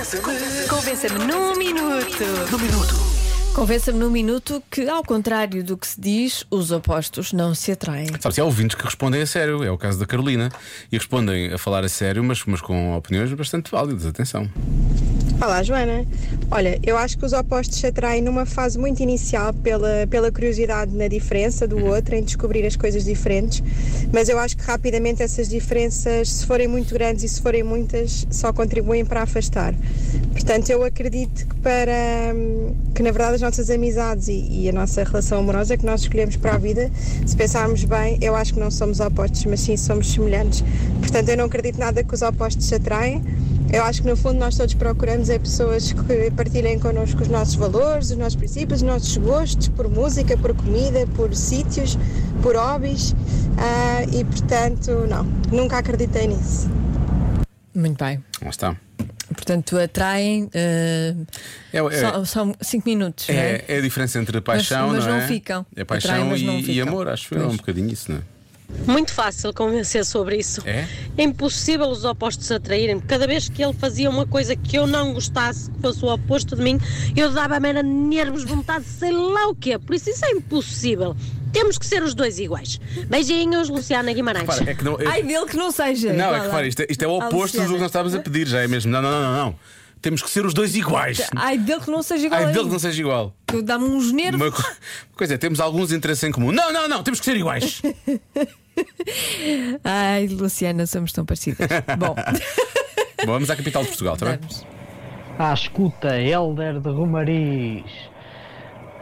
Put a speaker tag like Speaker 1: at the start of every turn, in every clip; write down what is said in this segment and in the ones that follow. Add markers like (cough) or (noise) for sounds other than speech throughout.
Speaker 1: Convença-me.
Speaker 2: Convença-me num minuto.
Speaker 1: No minuto.
Speaker 2: Convença-me num minuto que, ao contrário do que se diz, os opostos não se atraem.
Speaker 3: Sabe se há ouvintes que respondem a sério, é o caso da Carolina, e respondem a falar a sério, mas, mas com opiniões bastante válidas, atenção.
Speaker 4: Olá, Joana. Olha, eu acho que os opostos se atraem numa fase muito inicial pela, pela curiosidade na diferença do outro, em descobrir as coisas diferentes, mas eu acho que rapidamente essas diferenças, se forem muito grandes e se forem muitas, só contribuem para afastar. Portanto, eu acredito que para hum, que na verdade as nossas amizades e, e a nossa relação amorosa que nós escolhemos para a vida, se pensarmos bem, eu acho que não somos opostos, mas sim somos semelhantes. Portanto, eu não acredito nada que os opostos se atraem. Eu acho que no fundo nós todos procuramos é pessoas que partilhem connosco os nossos valores, os nossos princípios, os nossos gostos por música, por comida, por sítios, por hobbies ah, e portanto não, nunca acreditei nisso.
Speaker 2: Muito bem.
Speaker 3: Lá está.
Speaker 2: Portanto, atraem eh,
Speaker 3: É, é-
Speaker 2: só, só cinco minutos. não é?
Speaker 3: é- é a diferença entre paixão
Speaker 2: mas
Speaker 3: não,
Speaker 2: não
Speaker 3: é?
Speaker 2: ficam.
Speaker 3: É paixão
Speaker 2: Atraem, mas
Speaker 3: e,
Speaker 2: não
Speaker 3: e
Speaker 2: ficam.
Speaker 3: amor, acho que é
Speaker 2: Pois.
Speaker 3: um bocadinho isso, não é?
Speaker 5: Muito fácil convencer sobre isso.
Speaker 3: É?
Speaker 5: impossível os opostos se atraírem. Cada vez que ele fazia uma coisa que eu não gostasse, que fosse o oposto de mim, eu dava-me era nervos, vontade, sei lá o quê. Por isso isso é impossível. Temos que ser os dois iguais. Beijinhos, Luciana Guimarães.
Speaker 3: Repara, é que não. é-
Speaker 2: Ai dele que não seja.
Speaker 3: não, é
Speaker 2: Vá
Speaker 3: que
Speaker 2: lá.
Speaker 3: repara, isto, é- isto é o
Speaker 2: Ah,
Speaker 3: oposto do
Speaker 2: Luciana.
Speaker 3: que nós estávamos a pedir, já é mesmo. Não, não, não, não. não. Temos que ser os dois iguais.
Speaker 2: Tá, Ai dele que não seja igual.
Speaker 3: Ai,
Speaker 2: a
Speaker 3: dele
Speaker 2: mim.
Speaker 3: que não seja igual.
Speaker 2: Que Dá-me uns nervos.
Speaker 3: Uma co- uma coisa é, temos alguns interesses em comum. Não, não, não, temos que
Speaker 2: (laughs)
Speaker 3: ser iguais.
Speaker 2: Ai, Luciana, somos tão
Speaker 3: (laughs)
Speaker 2: parecidas. Bom,
Speaker 3: Bom, vamos à capital de Portugal, está bem?
Speaker 2: vamos.
Speaker 6: À escuta, Helder de Romariz,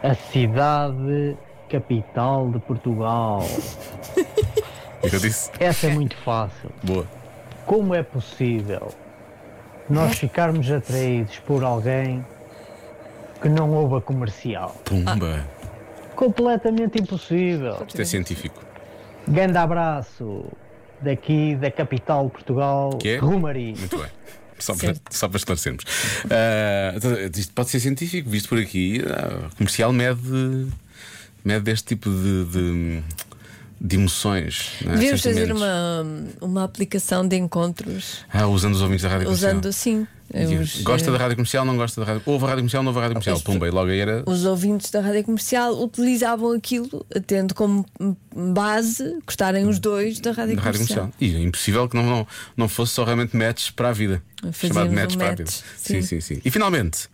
Speaker 6: a cidade capital de Portugal.
Speaker 3: Eu disse.
Speaker 6: Essa é muito fácil.
Speaker 3: Boa.
Speaker 6: Como é possível nós ficarmos atraídos por alguém que não ouve a comercial?
Speaker 3: Pumba.
Speaker 2: Ah.
Speaker 6: Completamente impossível.
Speaker 3: Isto é científico.
Speaker 6: Grande abraço daqui da capital de Portugal,
Speaker 3: Que é?
Speaker 6: Romariz.
Speaker 3: Muito bem. Só para, só para esclarecermos. Ah, isto pode ser científico, visto por aqui. ah, o comercial mede, mede este tipo de, de, de emoções. não é?
Speaker 2: Devíamos fazer
Speaker 3: Sentimentos.
Speaker 2: uma, uma aplicação de encontros
Speaker 3: Ah, usando os ouvintes da rádio
Speaker 2: usando
Speaker 3: comercial.
Speaker 2: assim os,
Speaker 3: Gosta
Speaker 2: eh,
Speaker 3: da rádio comercial, não gosta da rádio. Ouve a rádio comercial, não ouve a rádio comercial.
Speaker 2: Isto-
Speaker 3: Pumba, e logo aí era.
Speaker 2: os ouvintes da rádio comercial utilizavam aquilo, tendo como base gostarem os dois da rádio
Speaker 3: da Rádio
Speaker 2: comercial.
Speaker 3: comercial. E é impossível que não, não, não fosse só realmente matches para a vida.
Speaker 2: Fazíamos
Speaker 3: Chamado
Speaker 2: um
Speaker 3: matches para a
Speaker 2: match,
Speaker 3: vida.
Speaker 2: sim.
Speaker 3: Sim, sim, sim. E finalmente,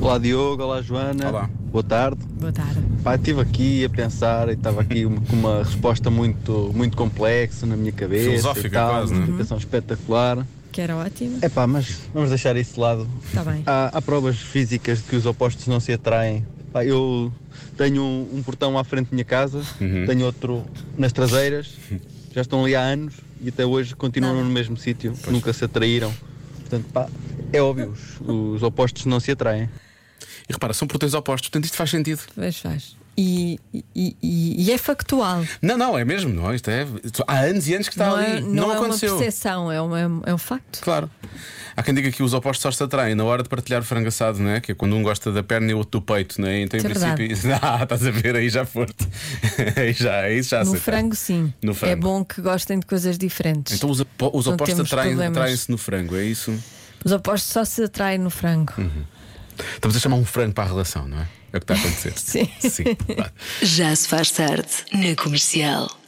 Speaker 7: Olá Diogo, olá Joana.
Speaker 3: Olá.
Speaker 7: Boa tarde.
Speaker 2: Boa tarde.
Speaker 7: Pá, estive aqui a pensar e estava aqui uma- com uma resposta muito, muito complexa na minha cabeça.
Speaker 3: Filosófica
Speaker 7: e tal,
Speaker 3: quase,
Speaker 7: uma
Speaker 3: né?
Speaker 7: explicação espetacular.
Speaker 2: Que era ótimo.
Speaker 7: É pá, mas vamos deixar isso de lado.
Speaker 2: Está bem.
Speaker 7: Há, há provas físicas de que os opostos não se atraem. Pá, eu tenho um, um portão à frente da minha casa,
Speaker 3: Uhum.
Speaker 7: tenho outro
Speaker 3: (laughs)
Speaker 7: nas traseiras, já estão ali há anos e até hoje continuam no mesmo sítio, nunca se atraíram. Portanto, pá, é óbvio, os- os opostos não se atraem.
Speaker 3: e repara, são portões opostos, portanto isto faz sentido.
Speaker 2: Pois faz. E, e, e- e é factual.
Speaker 3: Não, não, é mesmo, não. Isto é. Há anos e anos que está
Speaker 2: não
Speaker 3: Tá ali.
Speaker 2: é,
Speaker 3: não
Speaker 2: é
Speaker 3: aconteceu.
Speaker 2: uma percepção, é, uma, é um facto.
Speaker 3: Claro. Há quem diga que os opostos só se atraem na hora de partilhar o frango assado, não é? Que é quando um gosta da perna e o outro do peito, não é? Então, em
Speaker 2: Isso é
Speaker 3: princípio, (laughs) ah, estás a ver, aí já foste. (laughs) aí já, aí já
Speaker 2: No
Speaker 3: aceitaste.
Speaker 2: frango, sim.
Speaker 3: No frango.
Speaker 2: É bom que gostem de coisas diferentes.
Speaker 3: Então, os, apo- os
Speaker 2: Não
Speaker 3: opostos
Speaker 2: temos
Speaker 3: atraem-
Speaker 2: problemas.
Speaker 3: atraem-se no frango, é isso?
Speaker 2: Os opostos só se atraem no frango.
Speaker 3: Uhum. Estamos a chamar um frango para
Speaker 2: (laughs)
Speaker 3: a relação, não é? É o que está a acontecer.
Speaker 2: Sim.
Speaker 3: Sim. claro.
Speaker 8: Já se faz tarde na comercial.